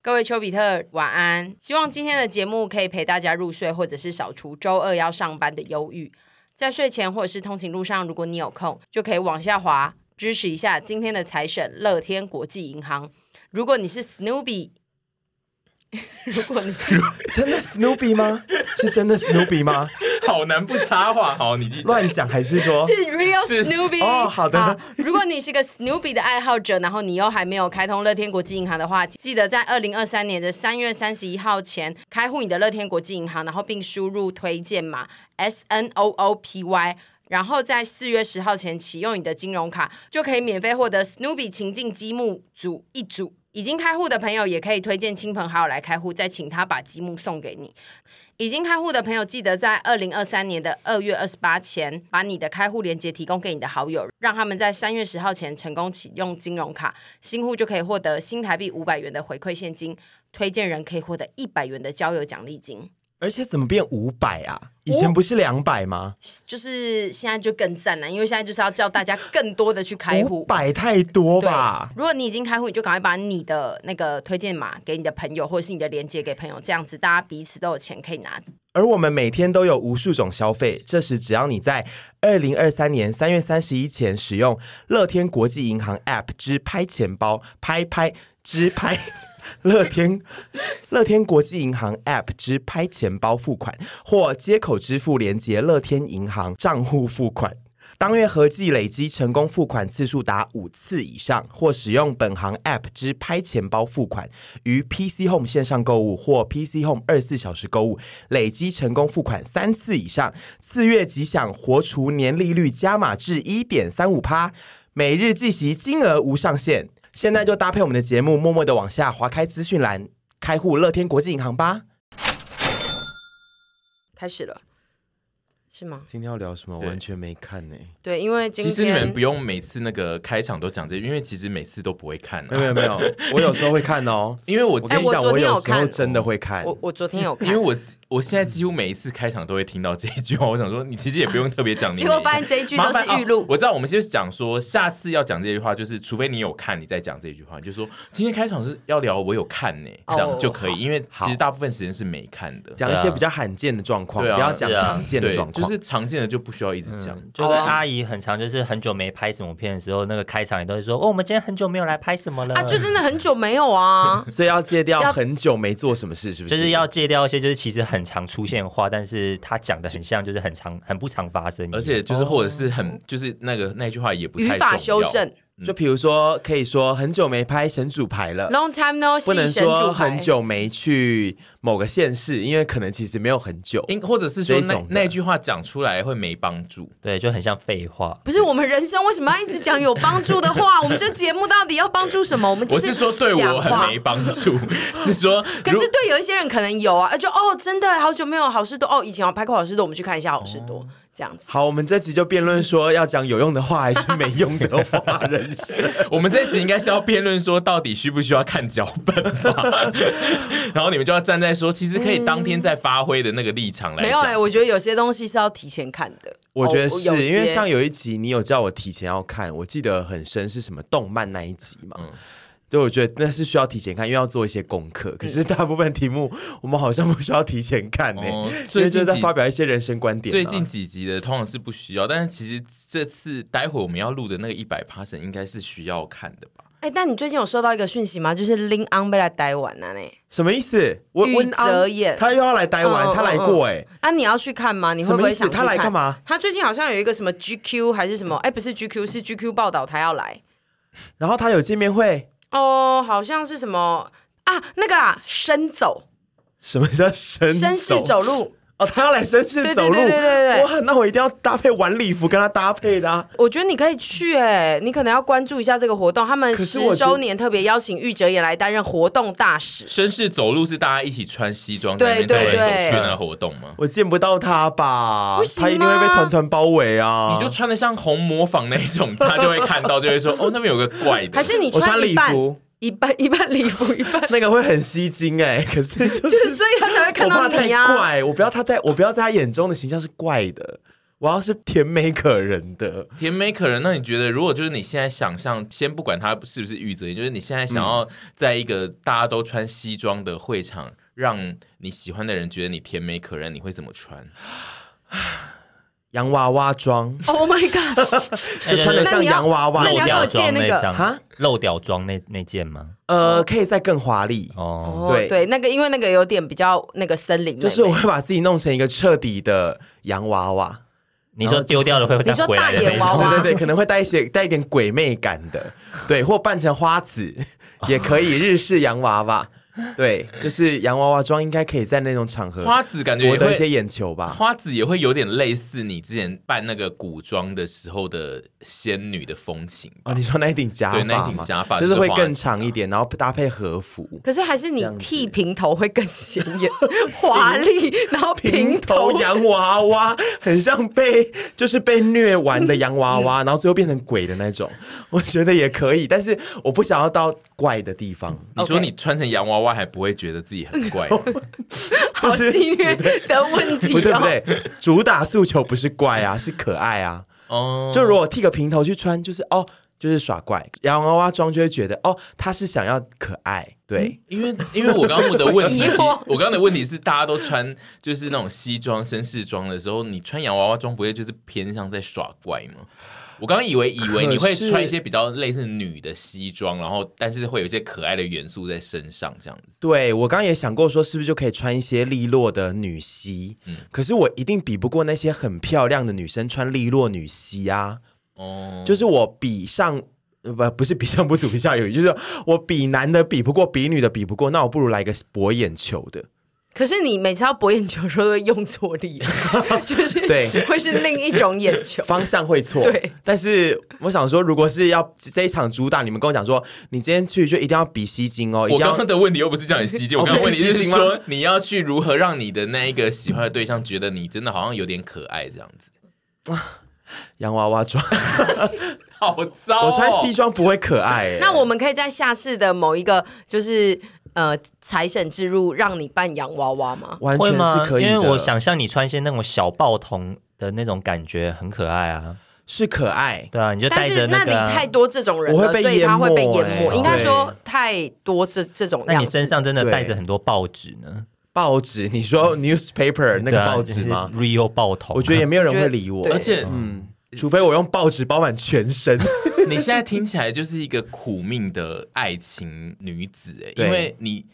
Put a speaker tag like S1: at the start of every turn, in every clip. S1: 各位丘比特晚安，希望今天的节目可以陪大家入睡，或者是扫除周二要上班的忧郁。在睡前或者是通勤路上，如果你有空，就可以往下滑支持一下今天的财神乐天国际银行。如果你是 Snoopy，如果你是
S2: 真的 Snoopy 吗？是真的 Snoopy 吗？
S3: 好难不 插话。好，你继续。
S2: 乱讲还是说？
S1: 是 real
S3: 是
S1: Snoopy
S2: 哦好的
S1: 如果你是个 Snoopy 的爱好者，然后你又还没有开通乐天国际银行的话，记得在二零二三年的三月三十一号前开户你的乐天国际银行，然后并输入推荐码 S N O O P Y。然后在四月十号前启用你的金融卡，就可以免费获得 Snoopy 情境积木组一组。已经开户的朋友也可以推荐亲朋好友来开户，再请他把积木送给你。已经开户的朋友，记得在二零二三年的二月二十八前，把你的开户链接提供给你的好友，让他们在三月十号前成功启用金融卡，新户就可以获得新台币五百元的回馈现金，推荐人可以获得一百元的交友奖励金，
S2: 而且怎么变五百啊？以前不是两百吗？
S1: 就是现在就更赞了，因为现在就是要叫大家更多的去开
S2: 五
S1: 户。
S2: 百太多
S1: 对
S2: 吧，？
S1: 如果你已经开户，你就赶快把你的那个推荐码给你的朋友，或者是你的链接给朋友，这样子大家彼此都有钱可以拿。
S2: 而我们每天都有无数种消费，这时只要你在二零二三年三月三十一前使用乐天国际银行 App 之拍钱包拍拍之拍。 乐天乐天国际银行 App 之拍钱包付款或接口支付连接乐天银行账户付款，当月合计累积成功付款次数达五次以上，或使用本行 App 之拍钱包付款，于 PC Home 线上购物或 PC Home 二十四小时购物，累积成功付款三次以上，次月即享活除年利率加码至一点三五趴，每日计息金额无上限。现在就搭配我们的节目，默默的往下滑开资讯栏，开户乐天国际银行吧。
S1: 开始了，是吗？
S2: 今天要聊什么？我
S3: 对
S2: 完全没看呢、
S1: 对，因为今
S3: 其
S1: 天
S3: 实你们不用每次那个开场都讲这因为其实每次都不会看、
S2: 没
S3: 啊，
S2: 有没有没有，我有时候会看 哦。
S3: 因为我
S2: 我
S3: 自
S2: 跟
S3: 己
S2: 你讲，
S1: 哎我昨
S2: 我
S1: 天有
S2: 有时候
S1: 看
S2: 真的会看。
S1: 我我昨天有看，
S3: 因为我自我现在几乎每一次开场都会听到这一句话，我想说你其实也不用特别讲你每 一
S1: 结
S3: 个，
S1: 果发现这一句都是预
S3: 麻烦哦
S1: 录。
S3: 我知道，我们就是讲说，下次要讲这句话，就是除非你有看，你再讲这句话，你就说今天开场是要聊我有看呢、
S1: 哦
S3: 这样就可以，
S1: 好
S3: 因为其
S2: 好
S3: 实大部分时间是没看的。
S2: 讲一些比较罕见的状况，
S3: 对啊
S2: 不要讲
S4: 对啊
S2: 常见的
S3: 对
S2: 状，况。，
S3: 就是常见的就不需要一直讲。
S1: 嗯
S4: 就
S1: 哦
S4: 跟阿姨很常，就是很久没拍什么片的时候，那个开场也都会说：“哦，我们今天很久没有来拍什么了。
S1: 啊，就真的很久没有啊
S2: 所以要戒掉
S1: 要
S2: 很久没做什么事，是不？
S4: 就是是要戒掉一些，就是其实很常出现的话，但是他讲的很像，就是很常、很不常发生。
S3: 而且就是或者是很就是那个那句话 也不
S1: 哦语
S3: 太
S1: 法
S3: 重
S1: 修
S3: 要
S1: 正
S2: 就比如说，可以说很久没拍神主牌了，
S1: ，long time no
S2: 不
S1: 戏
S2: 能
S1: 神主
S2: 说
S1: 牌
S2: 很，久没去某个县市，因为可能其实没有很久。
S3: 因或者是说
S2: 这一
S3: 那
S2: 种的
S3: 那句话讲出来会没帮助，
S4: 对，就很像废话。
S1: 不是我们人生为什么要一直讲有帮助的话？我们这节目到底要帮助什么？我们就
S3: 我是说对我
S1: 讲话
S3: 很没帮助，是说
S1: 可
S3: 如
S1: 是对有一些人可能有啊，啊就哦，真的好久没有好事多哦，以前我拍过好事多，我们去看一下好事多、
S3: 哦
S1: 这样子。
S2: 好，我们这集就辩论说要讲有用的话还是没用的话，人生。
S3: 我们这一集应该是要辩论说到底需不需要看脚本吧， 然后你们就要站在说其实可以当天再发挥的那个立场
S1: 嗯
S3: 来
S1: 没有
S3: 讲。
S1: 哎、我觉得有些东西是要提前看的。
S2: 我觉得
S1: 哦
S2: 是
S1: 有
S2: 因为
S1: 些
S2: 像有一集你有叫我提前要看，我记得很深是什么动漫那一集
S3: 嗯
S2: 嘛。对，我觉得那是需要提前看，因为要做一些功课。可
S1: 嗯
S2: 是大部分题目我们好像不需要提前看呢、
S3: 哦
S2: 所以
S3: 最
S2: 就
S3: 近
S2: 在
S3: 几
S2: 发表一些人生观点、啊。
S3: 最近几集的通常是不需要，但是其实这次待会我们要录的那个一百 p a s s 应该是需要看的吧？
S1: 哎、但你最近有收到一个讯息吗？就是 Lin On 被来逮完了呢。
S2: 什么意思？我
S1: 玉
S2: 温
S1: 泽
S2: 安
S1: 演
S2: 他又要来台湾，
S1: 嗯
S2: 他来过哎、
S1: 啊，你要去看吗？你会不
S2: 什么
S1: 会
S2: 意思
S1: 想去
S2: 他来
S1: 看
S2: 干嘛？
S1: 他最近好像有一个什么 GQ 还是什么？哎、不是 GQ，是 GQ 报道他要来
S2: 然后他有见面会。
S1: 哦，好像是什么啊？那个啦，深走，
S2: 什么叫绅
S1: 绅士
S2: 走？
S1: 走路。
S2: 哦，他要来绅士
S1: 对对
S2: 走路。
S1: 对对对对
S2: 哇，那我一定要搭配晚礼服跟他搭配的、啊。
S1: 我觉得你可以去哎、你可能要关注一下这个活动。他们
S2: 可
S1: 十
S2: 是我觉
S1: 周年特别邀请玉哲也来担任活动大使。
S3: 绅士走路是大家一起穿西装
S1: 对
S3: 在那边走来
S1: 对对
S3: 走去那活动吗？
S2: 我见不到他吧
S1: 不？行吗
S2: 他一定会被团团包围啊！
S3: 你就穿的像红模仿那一种，他就会看到，就会说哦，那边有个怪的。
S1: 还是你
S2: 我穿
S1: 一
S2: 礼
S1: 半，
S2: 服，
S1: 一半 一半礼服，一半
S2: 那个会很吸睛哎、 可是就
S1: 就是
S2: 是
S1: 所以他才会看
S2: 我
S1: 到
S2: 怕太
S1: 你啊。
S2: 怪，我不要他在我不要在他眼中的形象是怪的。我要是甜美可人的，
S3: 甜美可人，那你觉得，如果就是你现在想象，先不管它是不是玉泽演，就是你现在
S2: 嗯
S3: 想要在一个大家都穿西装的会场，让你喜欢的人觉得你甜美可人，你会怎么穿？
S2: 洋娃娃装，
S1: Oh my god！
S2: 就穿得
S1: 那
S2: 像
S1: 你要
S2: 洋娃娃
S1: 那
S4: 漏
S1: 你
S2: 一
S1: 要给
S2: 样。
S1: 我
S4: 掉
S1: 借
S4: 妆
S1: 那
S4: 那
S1: 个
S4: 张
S2: 哈
S4: 漏掉妆那那件吗？
S2: 呃，可以再更华丽，
S1: 哦
S4: 哦，
S2: 对，
S1: 对，那个因为那个有点比较那个森林妹妹，
S2: 就是我会把自己弄成一个彻底的洋娃娃。
S4: 你说丢掉了会
S1: 你
S4: 再
S1: 说
S4: 回来的
S1: 大眼
S4: 那
S1: 娃
S4: 种
S1: 娃，
S2: 对对对，可能会带一些带一点鬼魅感的，对，或扮成 花子也可以，日式洋娃娃，对，就是洋娃娃装应该可以在那种场合
S3: 花子感觉
S2: 博
S3: 也
S2: 得一些
S3: 会，
S2: 眼球吧。
S3: 花子也会有点类似你之前扮那个古装的时候的仙女的风情。
S2: 哦，你说那一顶假
S3: 啊对那一
S2: 发
S3: 顶
S2: 吗？
S3: 假发
S2: 就
S3: 就是是
S2: 会
S3: 花
S2: 更
S3: 子
S2: 长一点，然后搭配和服。
S1: 可是还是你
S2: 这样子
S1: 剃平头会更显眼、华 丽，然后平头
S2: 平洋娃娃， 很像被就是被虐完的洋娃 娃，然后最后变成鬼的那种，我觉得也可以，但是我不想要到怪的地方。
S3: 你说
S1: OK
S3: 你穿成洋娃娃还不会觉得自己很 怪，
S1: 好戏虐的问题、哦，
S2: 不对不对，主打诉求不是怪啊，是可爱啊。
S3: 哦，
S2: 就如果剃个平头去穿，就是哦，就是耍怪。洋娃娃装就会觉得哦，他是想要可爱，对，
S3: 因为因为我刚刚的问 题
S1: 疑
S3: 是，
S1: 惑
S3: 我刚刚的问题是，大家都穿就是那种西装、绅士装的时候，你穿洋娃娃装不会就是偏向在耍怪吗？我刚刚以为以为你会
S2: 可是
S3: 穿一些比较类似女的西装，然后但是会有一些可爱的元素在身上这样子。
S2: 对我刚刚也想过说，是不是就可以穿一些利落的女西？
S3: 嗯
S2: 可是我一定比不过那些很漂亮的女生穿利落女西啊。
S3: 哦，
S2: 就是我比上。呃不不是比上不足比下有余，就是我比男的比不过，比女的比不过，那我不如来个博眼球的。
S1: 可是你每次要博眼球的时候都会用错力， 就是
S2: 对
S1: 会是另一种眼 球。
S2: 方向会错。
S1: 对，
S2: 但是我想说，如果是要这一场主打，你们跟我讲说，你今天去就一定要比吸睛哦，一定
S3: 我刚
S2: 要
S3: 刚的问题又不是叫 你吸睛，
S2: 哦
S3: 我刚刚
S2: 不
S3: 问
S2: 是
S3: 题是
S2: 吸睛吗
S3: 说你要去如何让你的那一个喜欢的对象觉得你真的好像有点可爱这样子，
S2: 洋娃娃装。
S3: 好糟、
S2: 我
S3: 哦！
S2: 穿西装不会可爱、欸，
S1: 那我们可以在下次的某一个就是呃财神之路让你扮洋娃娃吗？
S2: 欸完
S4: 会
S2: 全
S4: 吗
S2: 是？可以
S4: 因
S2: 的，
S4: 为我想象你穿一些那种小报童的那种感觉，很可爱啊。
S2: 是可爱。
S4: 对啊，你就
S1: 但
S4: 带
S1: 是
S4: 着
S1: 那
S4: 那个啊、
S1: 里太多这种人
S2: 我
S1: 了，
S2: 会被
S1: 所以他
S2: 淹没
S1: 会被淹没。
S2: 哎
S1: 应该
S2: 对
S1: 说太多这这种
S4: 那
S1: 样
S4: 你
S1: 式。
S4: 身上真的
S2: 对
S4: 带着很多报纸呢？
S2: 报纸，你
S3: 嗯
S2: 说 newspaper 那个
S4: 对啊
S2: 报纸吗？
S4: 就是？Rio 报童啊，
S2: 我觉得也没有人
S1: 我觉
S2: 会
S1: 得
S2: 理我，
S1: 对
S3: 而且
S2: 嗯，除非我用报纸包满全 身。
S3: 你现在听起来就是一个苦命的爱情女子、欸，
S2: 对
S3: 因为你，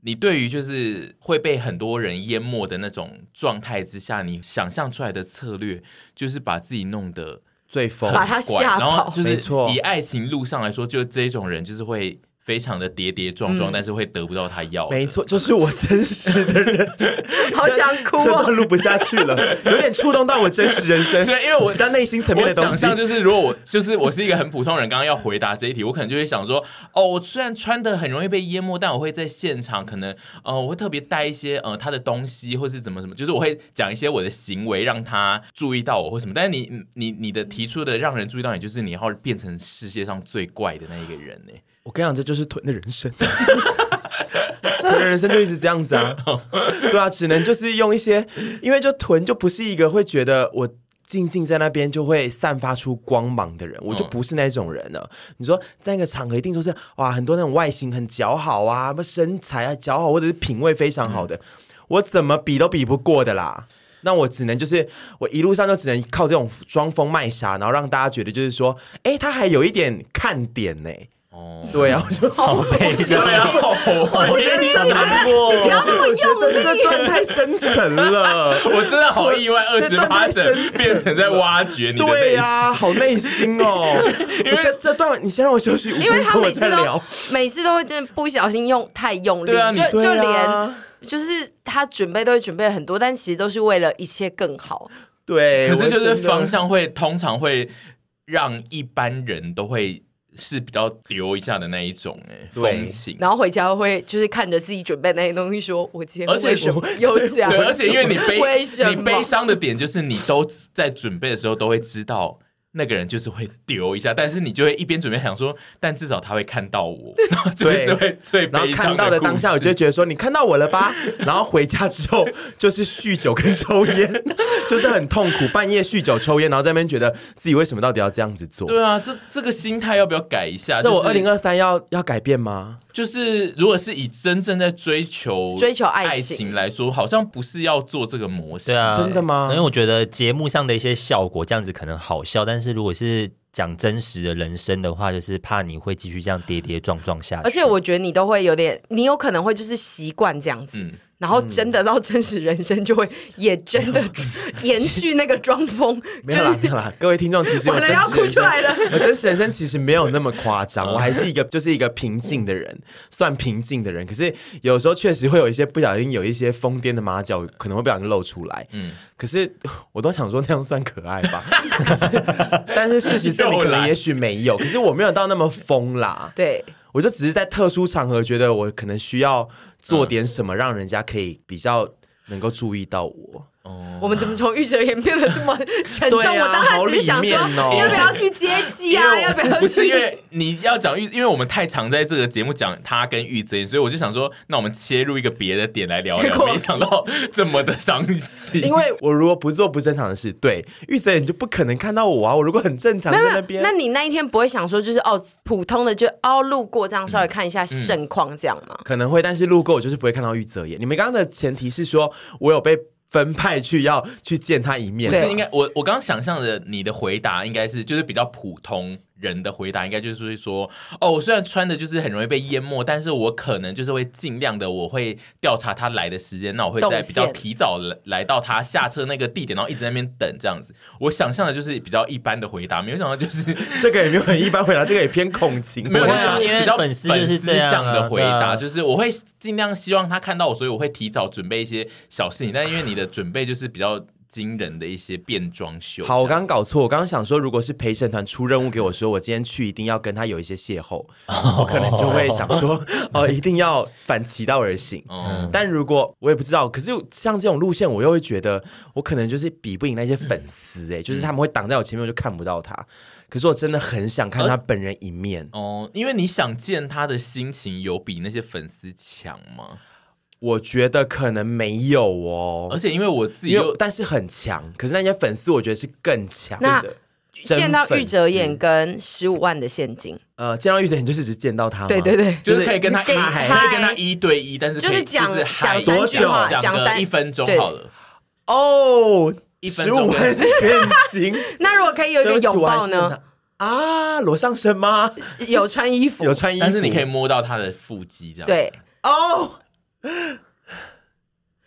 S3: 你对于就是会被很多人淹没的那种状态之下，你想象出来的策略就是把自己弄得
S2: 最疯，
S1: 把他
S3: 怪，
S1: 吓跑
S3: 然后就
S2: 没
S3: 是
S2: 错
S3: 以爱情路上来说，就这种人就是会非常的跌跌撞撞，但是会得不到他要
S2: 嗯
S3: 的。
S2: 没错，就是我真实的人生，
S1: 好想哭
S2: 这
S1: 哦
S2: 段！录不下去了，有点触动到我真实人生，
S3: 所以因为我
S2: 比较内心层面
S3: 我
S2: 的东
S3: 想
S2: 西。
S3: 象就是，如果我就是我是一个很普通人，刚刚要回答这一题，我可能就会想说，哦，我虽然穿的很容易被淹没，但我会在现场可能，呃，我会特别带一些呃他的东西，或是怎么怎么，就是我会讲一些我的行为让他注意到我或什么。但是你你你的提出的让人注意到你，就是你要变成世界上最怪的那一个人呢、
S2: 我跟你讲，这就是囤的人生。 囤的人生就一直这样子啊，对啊，只能就是用一些，因为就囤就不是一个会觉得我静静在那边就会散发出光芒的人，我就不是那种人了。你说在那个场合一定都是哇，很多那种外形很姣好啊，不身材啊姣好，或者是品味非常好的，我怎么比都比不过的啦。那我只能就是我一路上就只能靠这种装疯卖傻，然后让大家觉得就是说，哎、他还有一点看点呢、
S3: 哦，
S2: 对啊，我 就
S4: 好悲伤。
S3: 对啊，好坏
S2: 我觉得你想难过，
S1: 不要那么
S2: 我
S1: 用
S2: 觉得这
S1: 力。
S2: 段太深层了。
S3: 我真的好意外，二
S2: 这
S3: 十
S2: 段
S3: 八
S2: 太
S3: 层
S2: 深层
S3: 变成在挖掘 你的内
S2: 对啊呀、。
S3: 心
S2: 好内心哦。 因为这段，你先让我休息五
S1: 因为
S2: 分
S1: 他
S2: 钟，我
S1: 每次
S2: 再聊
S1: 都。每次都会真的不小心用太用力，
S3: 对啊你
S1: 就 就
S2: 对
S1: 连
S2: 啊，
S1: 就是他准备都会准备很多，但其实都是为了一切更好。
S2: 对，
S3: 可是就
S2: 我真
S3: 是
S2: 的
S3: 方。向会通常会让一般人都会是比较丢一下的那一种哎、
S2: 对
S3: 风情。
S1: 然后回家会就是看着自己准备那些东西说，我今天
S3: 而且
S1: 为什么 又这样？
S3: 对，而且因为你悲
S1: 为什么
S3: 你悲伤的点就是你都在准备的时候都会知道。那个人就是会丢一下，但是你就会一边准备想说，但至少他会看到我，这
S2: 对
S3: 是会最
S2: 然后
S3: 悲
S2: 看
S3: 伤
S2: 到的
S3: 故事
S2: 当下，我就觉得说你看到我了吧？然后回家之后就是酗酒跟抽烟，就是很痛苦。半夜酗酒抽烟，然后在那边觉得自己为什么到底要这样子做？啊
S3: 对啊，这这个心态要不要改一下？
S2: 这我
S3: 就
S2: 二
S3: 是
S2: 零二三要要改变吗？
S3: 就是，如果是以真正在追求
S1: 追求爱
S3: 爱
S1: 情
S3: 情来说，好像不是要做这个模式。
S4: 对啊，
S2: 真的吗
S4: 因为我觉得节目上的一些效果这样子可能好笑，但是如果是讲真实的人生的话，就是怕你会继续这样跌跌撞撞下去。
S1: 而且我觉得你都会有点，你有可能会就是习惯这样子，
S3: 嗯
S1: 然后真的到真实人生就会也真 的延续那个装疯，就
S2: 没有啦，没
S1: 是
S2: 有啦，各位听众，其实我
S1: 完
S2: 真
S1: 了
S2: 实
S1: 要哭
S2: 人
S1: 出
S2: 生
S1: 来了。
S2: 我真实人生其实没有那么夸张，我还是一个就是一个平静的人，算平静的人。可是有时候确实会有一些不小心有一些疯癫的马脚，可能会不小心露出来。嗯，可是我都想说那样算可爱吧。可是但是事实证明，可能也许没有。可是我没有到那么疯啦，
S1: 对，
S2: 我就只是在特殊场合觉得我可能需要做点什么，让人家可以比较能够注意到我。
S1: 我们怎么从玉哲言变得这么 沉重？
S2: 对啊
S1: 我当时
S2: 好
S1: 只是
S2: 里
S1: 想说，
S2: 面哦
S1: 要不要去接机
S3: 因为
S1: 啊？
S3: 我
S1: 要不要
S3: 不是因
S1: 去？
S3: 为你要讲玉，因为我们太常在这个节目讲他跟玉珍，所以我就想说，那我们切入一个别的点来聊
S1: 结
S3: 聊。
S1: 果
S3: 没想到这么的伤心，
S2: 因为我如果不做不正常的事，对玉泽你就不可能看到我啊！我如果很正常
S1: 没
S2: 在
S1: 有
S2: 那
S1: 没有，
S2: 边，啊
S1: 那你那一天不会想说，就是哦，普通的就哦路过这样稍微看一下盛况这样吗？
S2: 可能会，但是路过我就是不会看到玉泽演。你们刚刚的前提是说我有被分派去要去见他一面，
S1: 对
S3: 是应该我我刚刚想象的你的回答应该是就是比较普通人的回答，应该就是会说哦，我虽然穿的就是很容易被淹没，但是我可能就是会尽量的，我会调查他来的时间，那我会在
S1: 动
S3: 比
S1: 线
S3: 较提早来来到他下车那个地点，然后一直在那边等这样子。我想象的就是比较一般的回答，没有想到就是
S2: 这个也没有很一般回答，这个也偏恐情。
S3: 没有
S4: 对
S3: 想
S4: 啊
S3: 到
S4: 因为
S3: 比较
S4: 粉丝就是这样
S3: 粉丝向
S4: 啊
S3: 的回答，
S4: 对啊
S3: 就是我会尽量希望他看到我，所以我会提早准备一些小事情，但因为你的准备就是比较。惊人的一些变装秀，
S2: 好，我
S3: 这
S2: 刚
S3: 样
S2: 刚搞错，我刚刚想说，如果是陪审团出任务给我说，我今天去一定要跟他有一些邂逅，
S4: 哦
S2: 我可能就会想 说，哦，一定要反其道而行。
S3: 哦
S2: 但如果我也不知道，可是像这种路线，我又会觉得我可能就是比不赢那些粉丝哎、
S4: 嗯
S2: 就是他们会挡在我前面，我就看不到他。可是我真的很想看他本人一面，
S3: 哦，因为你想见他的心情有比那些粉丝强吗？
S2: 我觉得可能没有哦，
S3: 而且因为我自己
S2: 因为
S3: 又
S2: 但是很强，可是那些粉丝我觉得是更强
S1: 那
S2: 的。真
S1: 见到
S2: 粉
S1: 玉哲
S2: 丝
S1: 演跟十五万的现金，
S2: 呃，见到玉田你就只是见到他吗，
S1: 对对对
S3: 就是可以跟他一，可
S1: 可以
S3: 以跟他一对一，但是
S1: 就是
S3: 可以
S1: 讲
S3: 就是嗨
S1: 讲三
S2: 句话
S3: 讲
S1: 讲
S3: 个
S1: 三
S3: 一分钟
S1: 对
S3: 好了，
S2: 哦，
S3: 一分
S2: 十
S3: 钟
S2: 五万现金，
S1: 那如果可以有一个
S2: 对不起
S1: 拥
S2: 我还
S1: 抱
S2: 是
S1: 呢？
S2: 拿啊，裸上身吗？
S1: 有穿衣服，
S2: 有穿衣服，
S3: 但是你可以摸到他的腹肌这样。，
S1: 对。
S2: 哦。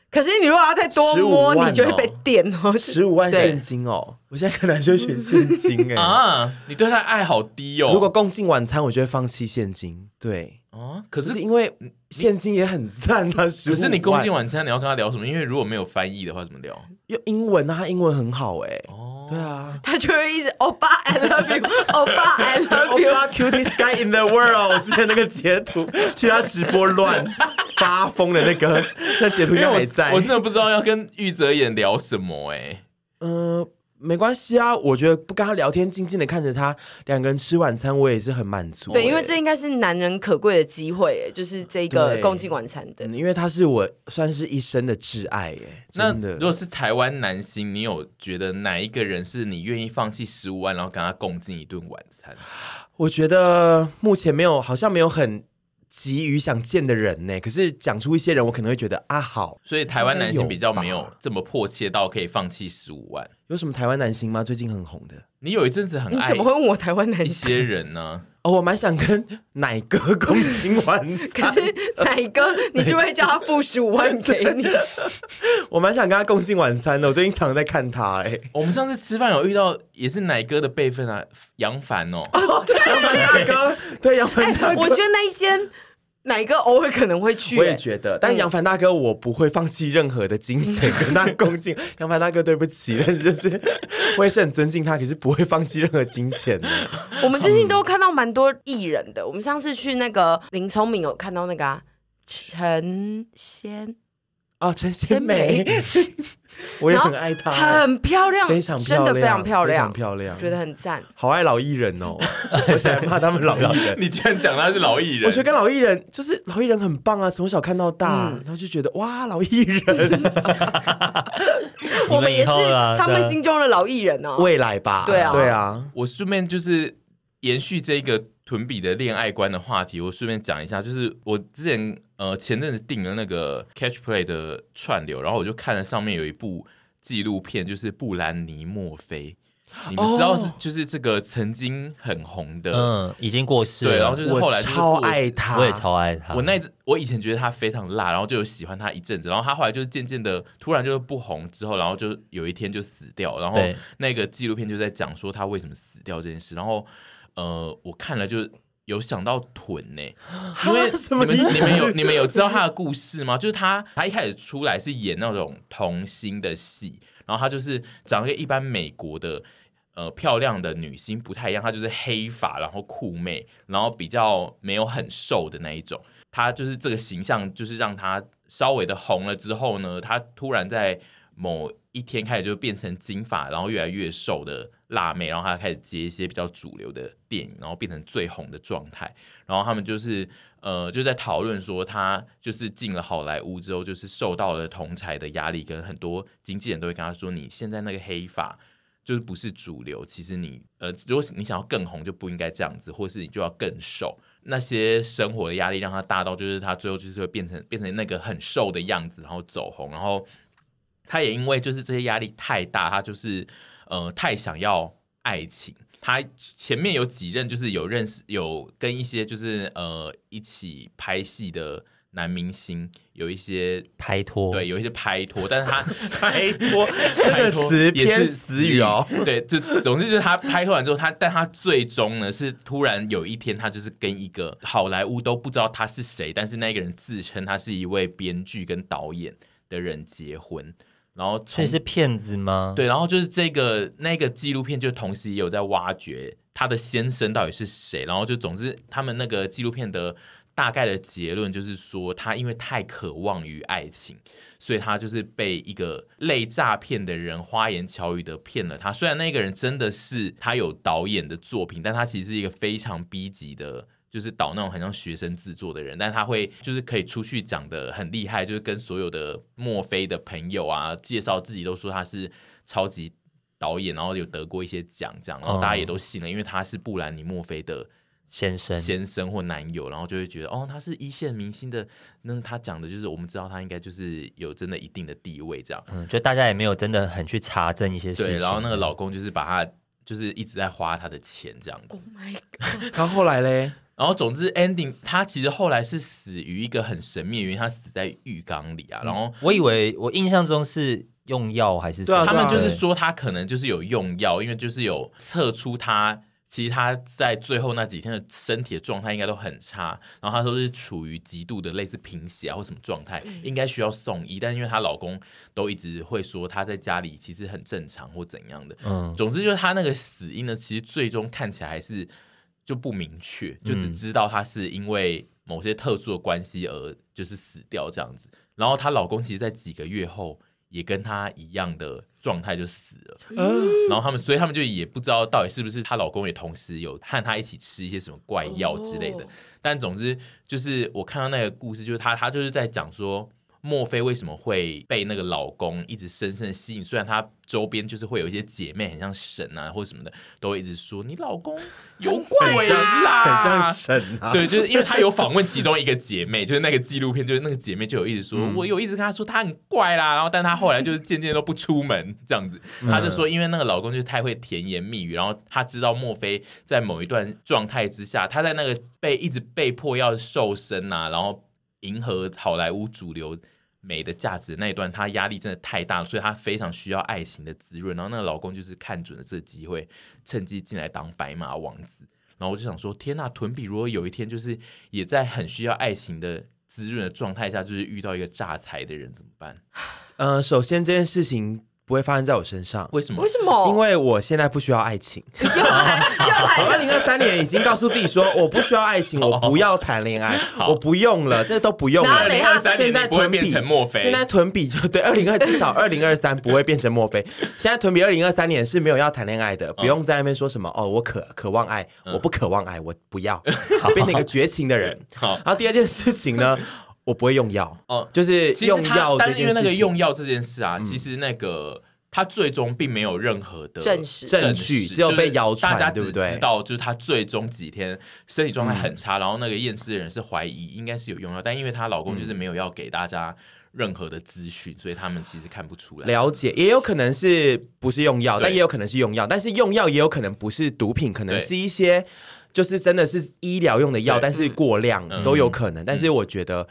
S1: 可是你如果要再多摸，
S2: 15万哦
S1: 你就会被电哦。
S2: 十五万
S1: 对
S2: 现金哦，我现在可能就选现金哎、
S3: 啊，你对他的爱好低哦。
S2: 如果共进晚餐，我就会放弃现金。对，
S3: 啊，可
S2: 可
S3: 是
S2: 是因为现金也很赞啊，十
S3: 可
S2: 五
S3: 是你共进晚餐你要跟他聊什么？因为如果没有翻译的话，怎么聊？
S2: 用英文啊，他英文很好哎、
S3: 哦
S2: 对啊。
S1: 他就会一直欧巴 I love you，欧巴 I love
S2: 欧
S1: you。
S2: 巴哦 cutest guy in the world，我之前那个截图， 去他直播乱发疯的那个， 那截图
S3: 因
S2: 应
S3: 为
S2: 该
S3: 我
S2: 还在。
S3: 哦我真的不知道要跟玉泽演聊什么哎，
S2: 呃，没关系啊，我觉得不跟他聊天，静静的看着他，两个人吃晚餐，我也是很满足、
S1: 对，因为
S2: 哎
S1: 这应该是男人可贵的机会，哎就是这个
S2: 对
S1: 共进晚餐的
S2: 嗯，。因为他是我算是一生的挚爱耶，
S3: 那
S2: 真的。
S3: 如果是台湾男星，你有觉得哪一个人是你愿意放弃十五万，然后跟他共进一顿晚餐？
S2: 我觉得目前没有，好像没有很急于想见的人欸呢。可是讲出一些人，我可能会觉得啊，好，
S3: 所以台湾男星比较没
S2: 应该
S3: 有
S2: 吧
S3: 这么迫切到可以放弃十五万。
S2: 有什么台湾男星吗？最近很红的
S3: 你有一阵子很
S1: 你
S2: 哎
S3: 爱
S1: 怎么会问我台湾男
S3: 一
S1: 性？
S3: 些人呢、
S2: 哦，我蛮想跟奶哥共进晚
S1: 可
S2: 餐，
S1: 是奶哥，你是不是会叫他付十五万给 你？
S2: 我蛮想跟他共进晚餐的。我最近常常在看他，哎，
S3: 我们上次吃饭有遇到也是奶哥的辈分啊，杨凡哦，
S2: 杨凡大哥，对杨
S1: 哎
S2: 凡大
S1: 我
S2: 哥
S1: 觉。得那一间奶哥偶尔可能会去，
S2: 我也
S1: 哎
S2: 觉得，但杨凡大哥，我不会放弃任何的金钱跟他共 进。杨凡大哥，对不起，但是就是我也是很尊敬他，可是不会放弃任何金 钱的。
S1: 我们最近都看到蛮多艺人的。我们上次去那个林聪明有看到那个啊陈、先
S2: 哦，陈贤
S1: 美
S2: 美， 我也很爱
S1: 然
S2: 她，
S1: 后很漂亮，
S2: 啊非常
S1: 真
S2: 漂亮，
S1: 的非常漂
S2: 非
S1: 亮
S2: 常，漂亮，
S1: 觉得很赞。
S2: 好爱老艺人 哦，我想骂他们老艺人。
S3: 你居然讲他是老艺人，
S2: 我觉得跟老艺人就是老艺人很棒啊，从小看到大，然后就觉得哇，老艺人
S1: 我们也
S4: 以
S1: 是
S4: 后啦
S1: 他们
S4: 对啊
S1: 心中的老艺人哦。
S2: 未来吧，
S1: 对啊
S2: 对啊，
S3: 我顺便就是延续这个屯比的恋爱观的话题，我顺便讲一下，就是我之前呃前阵子订了那个 Catch Play 的串流，然后我就看了上面有一部纪录片，就是布兰妮墨菲，你们知道是、
S2: 哦
S3: 就是这个曾经很红的，
S4: 嗯，已经过世了，
S3: 对，然后就是后
S2: 我
S3: 来就是
S2: 超
S3: 过世
S2: 爱他，
S4: 我也超爱他。
S3: 我那一阵我以前觉得他非常辣，然后就有喜欢他一阵子，然后他后来就是渐渐的突然就是不红之后，然后就有一天就死掉，然后
S4: 对
S3: 那个纪录片就在讲说他为什么死掉这件事，然后呃，我看了就。有想到臀呢、 因 为
S2: 什
S3: 你
S2: 么
S3: 们
S2: 意思
S3: 你们有你们有知道他的故事吗？ 就是他他一开始出来是演那种童星的戏，然后他就是长得跟一般美国的呃漂亮的女星不太一样，她就是黑发，然后酷妹，然后比较没有很瘦的那一种。她就是这个形象，就是让她稍微的红了之后呢，她突然在某一天开始就变成金发，然后越来越瘦的辣妹，然后她开始接一些比较主流的电影，然后变成最红的状态。然后他们就是呃就在讨论说，她就是进了好莱坞之后，就是受到了同才的压力，跟很多经纪人都会跟她说，你现在那个黑发。就是不是主流，其实你呃，如果你想要更红，就不应该这样子，或是你就要更瘦。那些生活的压力让他大到，就是他最后就是会变成变成那个很瘦的样子，然后走红，然后他也因为就是这些压力太大，他就是呃太想要爱情。他前面有几任就是有认识，有跟一些就是呃一起拍戏的男明星有一些
S4: 拍拖，
S3: 对有一些拍拖，但是 他
S2: 拜托，这个词
S3: 也是
S2: 偏死语哦。。
S3: 对，就总之就是他拍完之后，他但他最终呢是突然有一天，他就是跟一个好莱坞都不知道他是谁，但是那个人自称他是一位编剧跟导演的人结婚，然后
S4: 所
S3: 从
S4: 以是骗子吗？，
S3: 对，然后就是这个那个纪录片，就同时也有在挖掘他的先生到底是谁。然后就总之，他们那个纪录片的大概的结论就是说，他因为太渴望于爱情，所以他就是被一个类诈骗的人花言巧语的骗了他。虽然那个人真的是他有导演的作品，但他其实是一个非常逼急的。就是导那种很像学生制作的人，但他会就是可以出去讲的很厉害，就是跟所有的墨菲的朋友啊介绍自己，都说他是超级导演，然后有得过一些奖，这样，然后大家也都信了，因为他是布兰妮墨菲的
S4: 先生，
S3: 先生或男友，然后就会觉得哦，他是一线明星的，那他讲的就是我们知道他应该就是有真的一定的地位这样，
S4: 嗯，就大家也没有真的很去查证一些事
S3: 对，
S4: 情。
S3: 然后那个老公就是把他就是一直在花他的钱这样子
S1: Oh，my god！
S2: 然后后来嘞，
S3: 然后总之 ending 他其实后来是死于一个很神秘的原因，他死在浴缸里啊，然后
S4: 我以为我印象中是用药还是什
S2: 对啊
S4: 么
S3: 他们
S2: 对
S3: 就
S2: 啊
S3: 是说他可能就是有用药，因为就是有测出他其实他在最后那几天的身体的状态应该都很差，然后他说是处于极度的类似贫血啊或什么状态，应该需要送医，但因为她老公都一直会说她在家里其实很正常或怎样的，
S4: 嗯，
S3: 总之就是他那个死因呢，其实最终看起来还是就不明确，就只知道他是因为某些特殊的关系而就是死掉这样子。然后她老公其实，在几个月后也跟她一样的状态就死了。
S2: 嗯，
S3: 然后他们，所以他们就也不知道到底是不是她老公也同时有和她一起吃一些什么怪药之类的。
S1: 哦
S3: 但总之就是我看到那个故事，就是她她就是在讲说。莫非为什么会被那个老公一直深深地吸引？虽然她周边就是会有一些姐妹很像神啊，或者什么的，都会一直说你老公 有鬼啦，
S2: 很像神啊。
S3: 对，就是因为他有访问其中一个姐妹，就是那个纪录片，就是那个姐妹就有一直说，我有一直跟她说她很怪啦，然后但她后来就是渐渐都不出门这样子，她就说因为那个老公就是太会甜言蜜语，然后她知道墨菲在某一段状态之下，她在那个被一直被迫要瘦身啊，然后迎合好莱坞主流。美的价值那一段，她压力真的太大了，所以她非常需要爱情的滋润。然后那个老公就是看准了这个机会，趁机进来当白马王子。然后我就想说，天呐，屯比如果有一天就是也在很需要爱情的滋润的状态下，就是遇到一个诈财的人怎么办？
S2: 呃，首先这件事情。不会发生在我身上，
S3: 为什么
S1: 为？什么？
S2: 因为我现在不需要爱情。
S1: 哦 又来又来
S2: 我二零二三年已经告诉自己说，我不需要爱情，我不要谈恋爱，我不用了，这都不用
S1: 然
S2: 了
S1: 后。等一下
S3: 2023
S2: 现
S3: 年
S2: 在
S3: 你不会
S2: 囤
S3: 变
S2: 比
S3: 成墨菲，
S2: 现在囤比就对，二零二至少二零二三不会变成墨菲。现在囤比二零二三年是没有要谈恋爱
S3: 哦
S2: 的，不用在那边说什么哦，我渴渴望爱，
S3: 嗯
S2: 我不渴望爱，我不要变成一个绝情的人。
S3: 好
S2: 然后第二件事情呢，我不会用药，
S3: 哦
S2: 就是
S3: 其实
S2: 用
S3: 他
S2: 药，这
S3: 但是
S2: 件
S3: 因为
S2: 事
S3: 那个
S2: 情嗯
S3: 用药这件事啊，其实那个他最终并没有任何的
S1: 证实
S2: 证据只有
S3: 就是
S2: 被谣传
S3: 大家
S2: 对
S3: 只
S2: 不对嗯
S3: 知道就是他最终几天身体状态很差，然后那个验尸的人是怀疑应该是有用药，但因为她老
S2: 嗯
S3: 公就是没有要给大家任何的资讯，所以他们其实看不出来。
S2: 了解，也有可能是不是用药，
S3: 对
S2: 但也有可能是用药，但是用药也有可能不是毒品，可能
S3: 对
S2: 是一些就是真的是医疗用的药，
S3: 对
S2: 但是过量、
S3: 嗯
S2: 都有可能。但是我觉得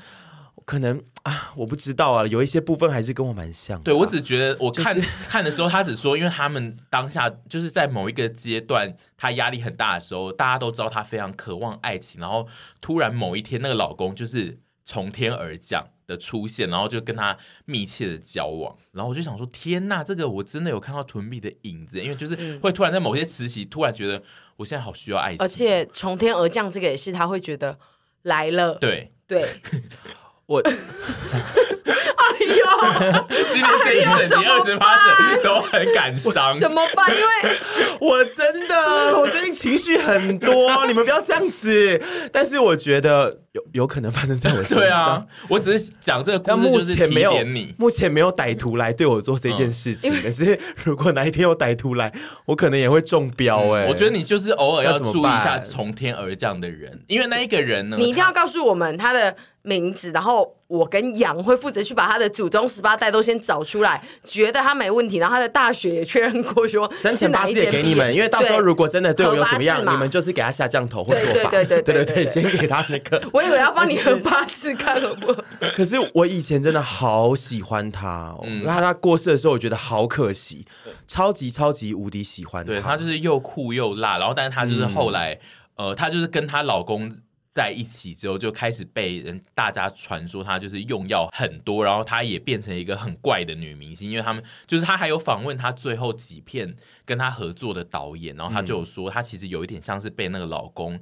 S2: 可能啊，我不知道啊，有一些部分还是跟我蛮像的啊。
S3: 对，我只觉得我看、
S2: 就是
S3: 看的时候，他只说，因为他们当下就是在某一个阶段，他压力很大的时候，大家都知道他非常渴望爱情，然后突然某一天，那个老公就是从天而降的出现，然后就跟他密切的交往，然后我就想说，天呐，这个我真的有看到屯比的影子，因为就是
S2: 嗯
S3: 会突然在某些时期，突然觉得我现在好需要爱情，
S1: 而且从天而降这个也是他会觉得来了，
S3: 对，
S1: 对，
S2: 我
S1: 哎
S3: 今天这一 整集二十八整都很感伤
S1: 呦，，怎么办？因为
S2: 我真的我最近情绪很多， 你们不要这样子。但是我觉得有有可能发生在我身上。
S3: 对啊，我只是讲这个
S2: 但
S3: 故事
S2: 目
S3: 就是
S2: 前
S3: 提
S2: 没有
S3: 点你，。嗯
S2: 目前没有歹徒来对我做这件事情。可是如果哪一天有歹徒来， 我可能也会中标哎、
S3: 嗯我觉得你就是偶尔
S2: 那
S3: 要
S2: 怎么
S3: 注意一下
S2: 办
S3: 从天而降的人，因为那一个人呢，
S1: 你一定要
S3: 他
S1: 告诉我们他的名字，然后我跟杨会负责去把他的祖宗十八代都先找出来，觉得他没问题，然后他的大学也确认过说
S2: 生
S1: 是
S2: 辰
S1: 哪
S2: 八
S1: 一
S2: 字
S1: 间
S2: 也给你们，
S1: 毕业
S2: 因为到时候
S1: 对
S2: 如果真的对我有
S1: 合八
S2: 怎么样
S1: 字，嘛
S2: 你们就是给他下降头或做法，
S1: 对对对对
S2: 对
S1: 对
S2: 对，
S1: 对
S2: 先给他那 个。
S1: 我以为要 帮你合八字看合不合，
S2: 可是我以前真的好喜欢他、哦，因
S3: 嗯
S2: 为他他过世的时候，我觉得好可惜，超级超级无敌喜欢
S3: 对
S2: 他
S3: 他就是又酷又辣，然后但是他就是后来，呃，她就是跟她老公。在一起之后，就开始被人大家传说她就是用药很多，然后她也变成一个很怪的女明星。因为他们就是她还有访问她最后几片跟她合作的导演，然后她就有说，她其实有一点像是被那个老公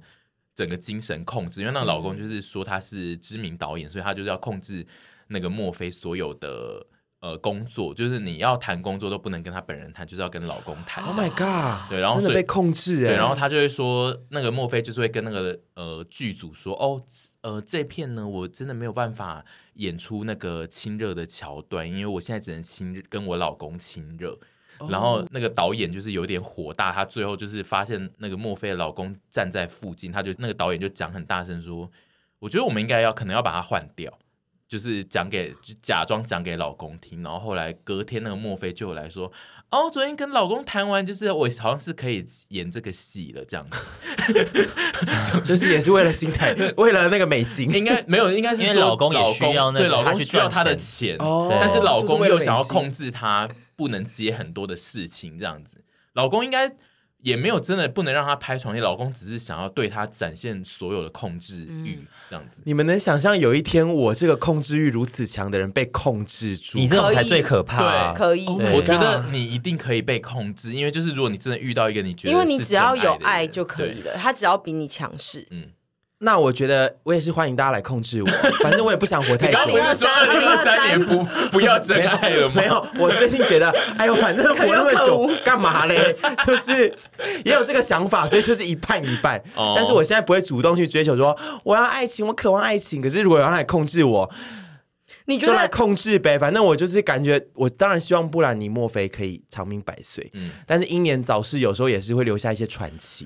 S3: 整个精神控制，因为那个老公就是说他是知名导演，所以他就是要控制那个墨菲所有的呃工作，就是你要谈工作都不能跟他本人谈，就是要跟老公谈。
S2: ，Oh my god！
S3: 对然后
S2: 真的
S3: 所以
S2: 被控制哎、
S3: 对，然后他就会说，那个墨菲就是会跟那个呃剧组说，哦，呃这片呢我真的没有办法演出那个亲热的桥段，因为我现在只能亲热跟我老公亲热。然后那个导演就是有点火大，他最后就是发现那个墨菲的老公站在附近，他就那个导演就讲很大声说，我觉得我们应该要可能要把它换掉。就是讲给，就假装讲给老公听，然后后来隔天那个墨菲就有来说，哦，昨天跟老公谈完，就是我好像是可以演这个戏了，这样子，
S2: 就是也是为了心 态，为了那个美金，
S3: 应该没有，应该是
S4: 因为
S3: 说
S4: 老公也需要那个
S3: 对老
S4: 他
S3: 公
S4: 去
S3: 需要
S4: 赚
S3: 他的钱，
S4: 钱
S2: 哦
S3: 但是老
S2: 就是
S3: 公
S2: 为了
S3: 又
S2: 美
S3: 想要
S2: 金
S3: 控制他不能接很多的事情，这样子，老公应该也没有真的不能让他拍床戏，老公只是想要对他展现所有的控制欲，这样子。
S2: 你们能想象有一天我这个控制欲如此强的人被控制住？
S4: 你这种
S1: 可以
S4: 才最可怕、啊。
S1: 可以。
S2: 对
S3: 我觉得你一定可以被控制，因为就是如果你真的遇到一个你觉得
S1: 因为你
S3: 是
S1: 只要
S3: 真
S1: 有
S3: 的
S1: 爱
S3: 人
S1: 就可
S3: 对
S1: 以了，他只要比你强势。
S2: 嗯那我觉得我也是欢迎大家来控制我，反正我也不想活太
S3: 你刚刚
S2: 久
S3: 不。是说二零二三
S1: 2023
S3: 年不不要真爱了吗
S2: 没？有，我最近觉得，哎呦，反正活那么
S1: 可有可
S2: 久
S1: 无
S2: 干嘛嘞？就是也有这个想法，所以就是一半一半。
S3: 哦
S2: 但是我现在不会主动去追求说我要爱情，我渴望爱情。可是如果有人来控制我，
S1: 你觉
S2: 就
S1: 得
S2: 来控制呗。反正我就是感觉，我当然希望布兰妮莫菲可以长命百岁，嗯，但是英年早逝有时候也是会留下一些传奇。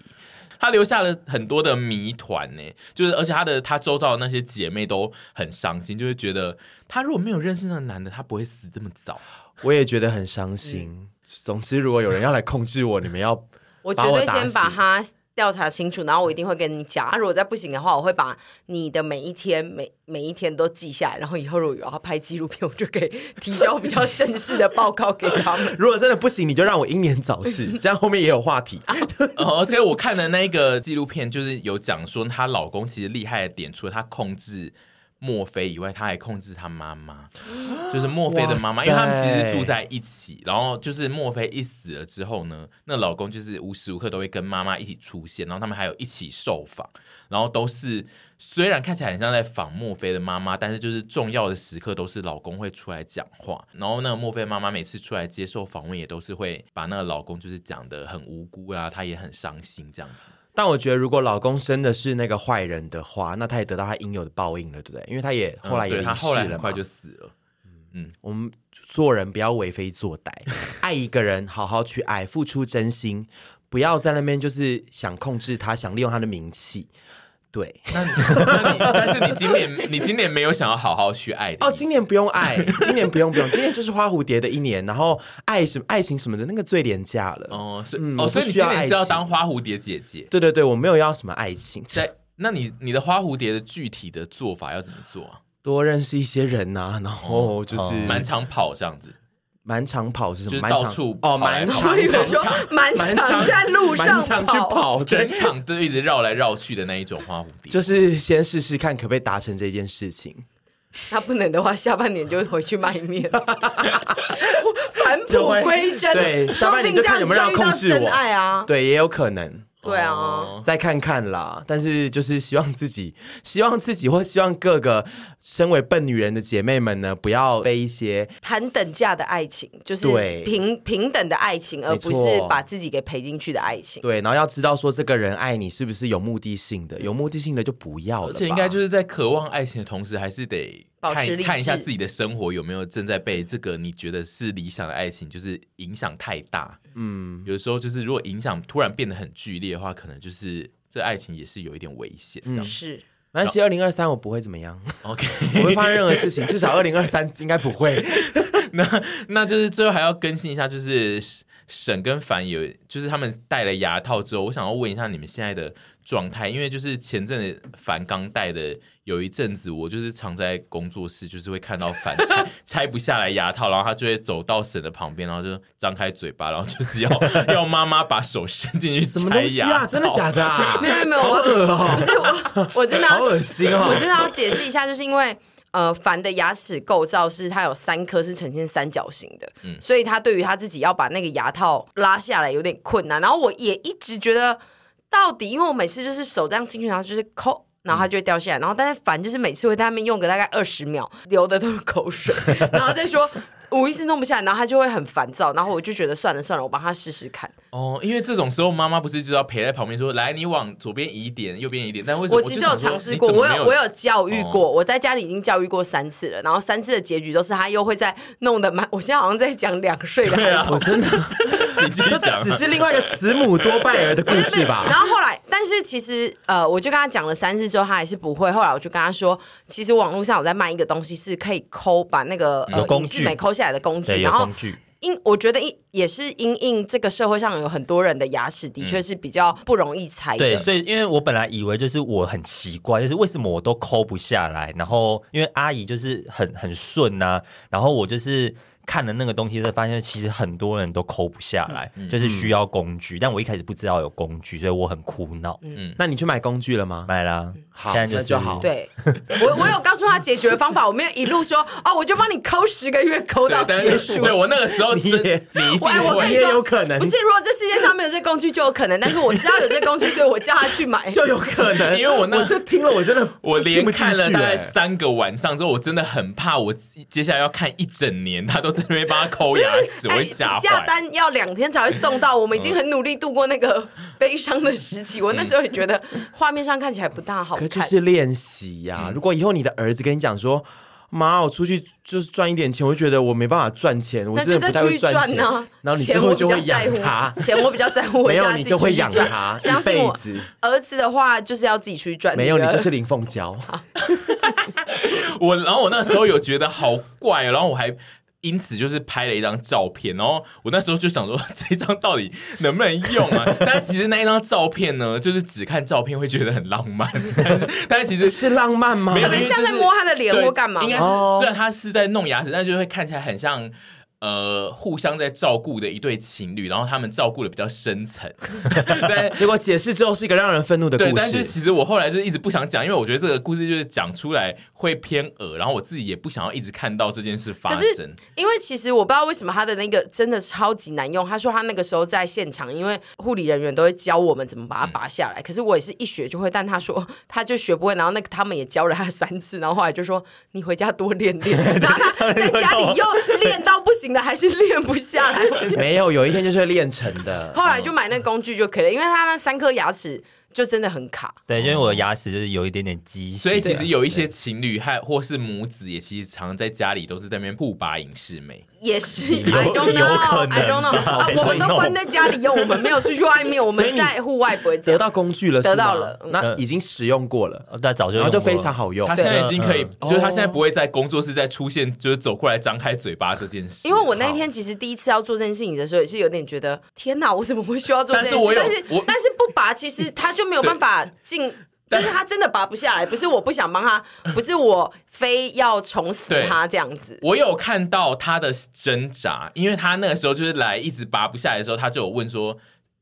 S3: 他留下了很多的谜团呢，就是而且他的他周遭的那些姐妹都很伤心，就会觉得他如果没有认识那个男的，他不会死这么早。
S2: 我也觉得很伤心。总之，如果有人要来控制我，你们要
S1: 嗯我
S2: 把
S1: 绝
S2: 我
S1: 对
S2: 打
S1: 先
S2: 死。
S1: 把它调查清楚，然后我一定会跟你讲。啊，如果再不行的话，我会把你的每一天、每每一天都记下来，然后以后如果有要拍纪录片，我就可以提交比较正式的报告给他们
S2: 如果真的不行，你就让我英年早 逝，这样后面也有话题。
S1: 啊
S3: 哦而且我看的那个纪录片，就是有讲说她老公其实厉害的点，除了他控制墨菲以外，他还控制他妈妈，就是墨菲的妈妈，因为他们其实住在一起。然后就是墨菲一死了之后呢，那老公就是无时无刻都会跟妈妈一起出现，然后他们还有一起受访，然后都是虽然看起来很像在仿墨菲的妈妈，但是就是重要的时刻都是老公会出来讲话。然后那个墨菲妈妈每次出来接受访问，也都是会把那个老公就是讲的很无辜啊，她也很伤心这样子。
S2: 但我觉得，如果老公真的是那个坏人的话，那他也得到他应有的报应了，对不对？因为他也后来
S3: 嗯
S2: 也
S3: 对
S2: 离
S3: 她后来
S2: 世了
S3: 很
S2: 嘛。
S3: 快就死了。
S2: 我们做人不要为非作 歹，爱一个人好好去爱，付出真心，不要在那边就是想控制他，想利用他的名气。对，
S3: 那你，那你，但是你今年，你今年没有想要好好去爱的
S2: 哦，
S3: 意思
S2: 今年不用 爱，今年不用不用，今年就是花蝴蝶的一年，然后爱什么爱情什么的那个最廉价了。
S3: 哦，所以、
S2: 嗯
S3: 哦，
S2: 我
S3: 所以
S2: 不
S3: 你
S2: 需
S3: 今
S2: 要
S3: 年
S2: 爱
S3: 是要
S2: 情
S3: 当花蝴蝶姐姐。
S2: 对对对，我没有要什么爱情，
S3: 在那你你的花蝴蝶的具体的做法要怎么做啊？
S2: 多认识一些人呐、然后就是
S4: 哦
S3: 满场跑这样子，
S2: 满场跑是什
S3: 就
S2: 么？满
S3: 是到
S2: 场
S3: 处
S2: 哦，
S3: 跑
S2: 满
S3: 来跑
S2: 场
S3: 去
S1: 我以为说蛮
S2: 蛮
S1: 常在路
S2: 满
S1: 上
S2: 场去跑，
S3: 全
S2: 对，
S3: 场都一直绕来绕去的那一种花蝴蝶。
S2: 就是先试试看可不可以达成这件事情，
S1: 他不能的话，下半年就回去卖 面，返
S2: 就
S1: 璞
S2: 会
S1: 归真。
S2: 对
S1: 说
S2: 下半
S1: 不
S2: 年
S1: 定
S2: 就
S1: 这样
S2: 看
S1: 子
S2: 有没
S1: 就
S2: 有人
S1: 遇
S2: 控
S1: 到
S2: 制我
S1: 真爱啊！
S2: 对，也有可能。
S1: 对啊，
S3: 哦
S2: 再看看啦，但是就是希望自己，希望自己或希望各个身为笨女人的姐妹们呢，不要被一些
S1: 谈等价的爱情就是
S2: 对
S1: 平平等的爱情，而
S2: 没错
S1: 不是把自己给赔进去的爱情。
S2: 对，然后要知道说这个人爱你是不是有目的性的，有目的性的就不要了
S3: 而
S2: 吧，
S3: 且应该就是在渴望爱情的同时，还是得
S1: 保持
S3: 看
S1: 理智
S3: 看一下自己的生活有没有正在被这个你觉得是理想的爱情，就是影响太大。嗯，有时候就是如果影响突然变得很剧烈的话，可能就是这爱情也是有一点危险。这样、
S1: 是
S2: 那其实二零二三我不会怎么样，
S3: OK，
S2: 不会发生任何事情，至少二零二三应该不 会。
S3: 那就是最后还要更新一下，就是沈跟凡有，就是他们戴了牙套之后，我想要问一下你们现在的状态，因为就是前阵子凡刚戴的有一阵子，我就是常在工作室，就是会看到凡 拆拆不下来牙套，然后他就会走到沈的旁边，然后就张开嘴巴，然后就是要要妈妈把手伸进去
S2: 什么
S3: 拆
S2: 东西
S3: 牙
S2: 啊？
S3: 套
S2: 真的假的、 啊 哦
S1: 没？有没有没有，我、 不是我，我真的要
S2: 好恶心哦
S1: 我真的要解释一下，就是因为。呃，凡的牙齿构造是它有三颗是呈现三角形的，所以他对于他自己要把那个牙套拉下来有点困难。然后我也一直觉得，到底因为我每次就是手这样进去，然后就是抠，然后它就会掉下来。然后但是凡就是每次会在那边用个大概二十秒，流的都是口水，然后再说我一直弄不下来，然后他就会很烦躁。然后我就觉得算了算了，我帮他试试看。
S3: 哦，因为这种时候妈妈不是就要陪在旁边说，来你往左边移一点，右边移一点，但为什么
S1: 我
S3: 就
S1: 其实
S3: 想
S1: 有
S3: 说
S1: 尝试
S3: 你
S1: 过，
S3: 怎么
S1: 我
S3: 没
S1: 有
S3: 有
S1: 我有教育
S3: 哦
S1: 过，我在家里已经教育过三次了，然后三次的结局都是他又会在弄得蛮，我现在好像在讲两岁的孩
S3: 对啊
S1: 童，，
S2: 我真的，
S3: 你继续
S2: 就
S3: 讲啊
S2: 只是另外一个慈母多败儿的故
S1: 不
S2: 事
S1: 然
S2: 吧？
S1: 后后来，但是其实呃，我就跟他讲了三次之后，他还是不会。后来我就跟他说，其实网络上有在卖一个东西，是可以抠把那个
S4: 有
S1: 呃
S4: 工
S1: 影视
S4: 具
S1: 美抠下来的工具，
S4: 对，有
S1: 然后
S4: 工具，
S1: 因我觉得因也是因应这个社会上有很多人的牙齿的确是比较不容易裁的。
S4: 对，所以因为我本来以为就是我很奇怪，就是为什么我都抠不下来，然后因为阿姨就是很很顺呐、然后我就是。看了那个东西，才发现其实很多人都抠不下来，
S2: 嗯
S4: 就是需要工具。但我一开始不知道有工具，所以我很苦恼。
S2: 那你去买工具了 吗？
S4: 买啦，
S2: 嗯好
S4: 现在
S2: 那
S4: 是
S2: 就好
S1: 对我我有告诉他解决方法，我没有一路说哦，我就帮你抠十个月抠
S3: 对
S1: 到，
S3: 但
S1: 结
S3: 是
S1: 束。
S3: 对我那个时 候
S2: 你
S3: 真，
S2: 也
S3: 你一定
S1: 哎我跟
S3: 会
S1: 你
S2: 也
S1: 说，
S2: 有可能
S1: 不是，如果这世界上没有这工具就有可能，但是我 知道有这工具，所以我叫他去买。
S2: 就有可 能，
S3: 因为我那
S2: 我这听了我真的
S3: 我连
S2: 听不进
S3: 看了
S2: 去
S3: 大概
S2: 欸
S3: 三个晚上之后，我真的很怕我自己接下来要看一整年，他都在那边帮他抠牙 齿，我
S1: 哎，
S3: 会吓
S1: 下
S3: 坏。
S1: 单要两天才会送到，我们已经很努力度过那个悲伤的时期。我那时候也觉得画面上看起来不大好
S2: 嗯
S1: 看，嗯
S2: 可就是练习呀、如果以后你的儿子跟你讲说。妈，我出去就是赚一点钱，我就觉得我没办法赚钱，我
S1: 那
S2: 真
S1: 就
S2: 的
S1: 再
S2: 不太
S1: 出
S2: 会
S1: 去
S2: 赚
S1: 赚
S2: 钱。
S1: 呢。
S2: 然后你最
S1: 钱
S2: 后
S1: 我
S2: 就
S1: 比较
S2: 会养
S1: 在
S2: 他
S1: 乎，，钱我比较在乎，我
S2: 没
S1: 叫
S2: 有
S1: 他
S2: 你
S1: 自己
S2: 就会
S1: 出去
S2: 养
S1: 赚
S2: 他
S1: 相信我
S2: 一辈子，
S1: 儿子的话就是要自己出去赚。
S2: 没有你
S1: 那个
S2: 就是林凤 娇。
S3: 我然后我那时候有觉得好怪，哦然后我还。因此就是拍了一张照片，然后我那时候就想说 这张到底能不能用啊？但其实那一张照片呢，就是只看照片会觉得很浪漫， 但是但是其实
S2: 是浪漫吗？
S3: 没有
S1: 可能
S3: 因为
S1: 像
S3: 就是
S1: 在摸他的脸
S3: 对
S1: 或干嘛
S3: 应该
S1: 吧。
S3: 是
S2: 哦
S3: 虽然他是在弄牙齿，但就会看起来很像呃互相在照顾的一对情侣，然后他们照顾的比较深层， 但
S2: 结果解释之后是一个让人愤怒的
S3: 对，
S2: 故
S3: 但是
S2: 事。
S3: 其实我后来就是一直不想讲，因为我觉得这个故事就是讲出来会偏恶，然后我自己也不想要一直看到这件事发
S1: 可是
S3: 生。
S1: 因为其实我不知道为什么他的那个真的超级难用。他说他那个时候在现场，因为护理人员都会教我们怎么把它拔下来。可是我也是一学就会，但他说 他就学不会。然后那个他们也教了他三次，然后后来就说你回家多练练。 然后他在家里又练到不行了，还是练不下来。
S2: 没有，有一天就是会练成的。
S1: 后来就买那工具就可以了，因为他那三颗牙齿就真的很卡。
S4: 对，因为我的牙齿就是有一点点畸形，
S3: 所以其实有一些情侣还或是母子也其实常在家里都是在那边互拔影视美，
S1: 也是
S4: 有
S1: ，I don't
S4: 有可能
S1: know，I don't know
S4: 吧
S1: 啊，我们都
S4: I don't know
S1: 关在家里用，我们没有出去外面，我
S2: 所以
S1: 们
S2: 你
S1: 在户外不会这
S2: 得
S1: 样。
S2: 到工具了，
S1: 得到
S2: 是吗
S1: 了嗯
S2: 那已经使用过了，
S4: 呃那早就
S2: 然后就
S4: 用过
S2: 非
S4: 了
S2: 常好用
S3: 他。现在已经可以，
S4: 对
S3: 就是他现在不会在工作室再出现，就是走过来张开嘴巴这件事。
S1: 因为我那天其实第一次要做这件事情的时候，也是有点觉得天哪，我怎么会需要做这件事？
S3: 但
S1: 但
S3: 是我有我
S1: 但是不拔，其实他就没有办法 进。就是他真的拔不下来，不是我不想帮他，不是我非要宠死他这样子。
S3: 我有看到他的挣扎，因为他那个时候就是来一直拔不下来的时候，他就有问说：“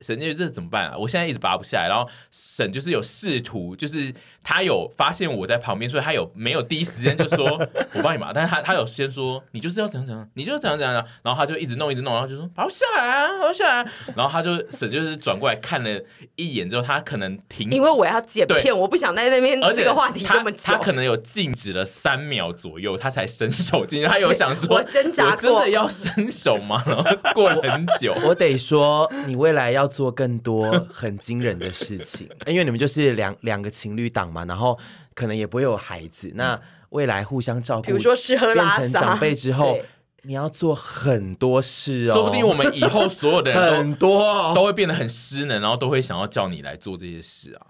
S3: 沈姐，这怎么办啊？我现在一直拔不下来。”然后沈就是有试图，就是他有发现我在旁边，所以他有没有第一时间就说我帮你拔，但是他他有先说你就是要怎样怎样，你就是怎样怎样，然后他就一直弄一直弄，然后就说拔不下来啊，拔不下来啊、然后他就沈就是转过来看了一眼之后，他可能停
S1: 因为我要剪
S3: 对
S1: 片，我不想在那边
S3: 而且
S1: 这个话题
S3: 他
S1: 这么久
S3: 他。可能有静止了三秒左右，他才伸手进去。他有想说，
S1: 我挣扎过
S3: 我真的要伸手吗？然后过了很久，
S2: 我得说，你未来要做更多很惊人的事 情，因为你们就是两两个情侣档嘛，然后可能也不会有孩子，那未来互相照顾，
S1: 嗯比如说吃喝拉撒
S2: 变成长辈之后
S1: 对，
S2: 你要做很多事哦，
S3: 说不定我们以后所有的人
S2: 很多、
S3: 都
S2: 哦。
S3: 都会变得很失能，然后都会想要叫你来做这些事啊。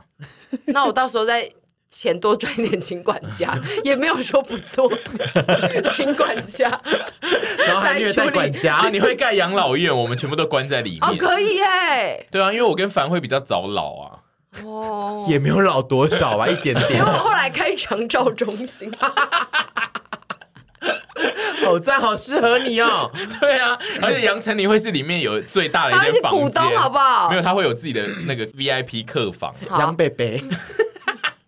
S1: 那我到时候再钱多赚一点，请管家也没有说不做， 请管家
S2: 然后还
S1: 来
S2: 虐
S1: 处
S2: 待
S1: 理
S2: 管
S3: 然后
S2: 家，
S3: 啊你会盖养老院，我们全部都关在里
S1: 哦，
S3: 面。
S1: 可以耶，
S3: 对啊，因为我跟凡会比较早老啊。
S1: 哦。
S2: 也没有老多少吧，一点
S1: 结
S2: 点
S1: 果，后来开长照中心，
S2: 好赞，好适合你哦。
S3: 对啊，而且杨丞琳会是里面有最大的
S1: 他会是
S3: 一间房
S1: 股
S3: 间，
S1: 东好不好
S3: 没有，他会有自己的那个 VIP 客房。
S1: 好
S2: 杨贝贝，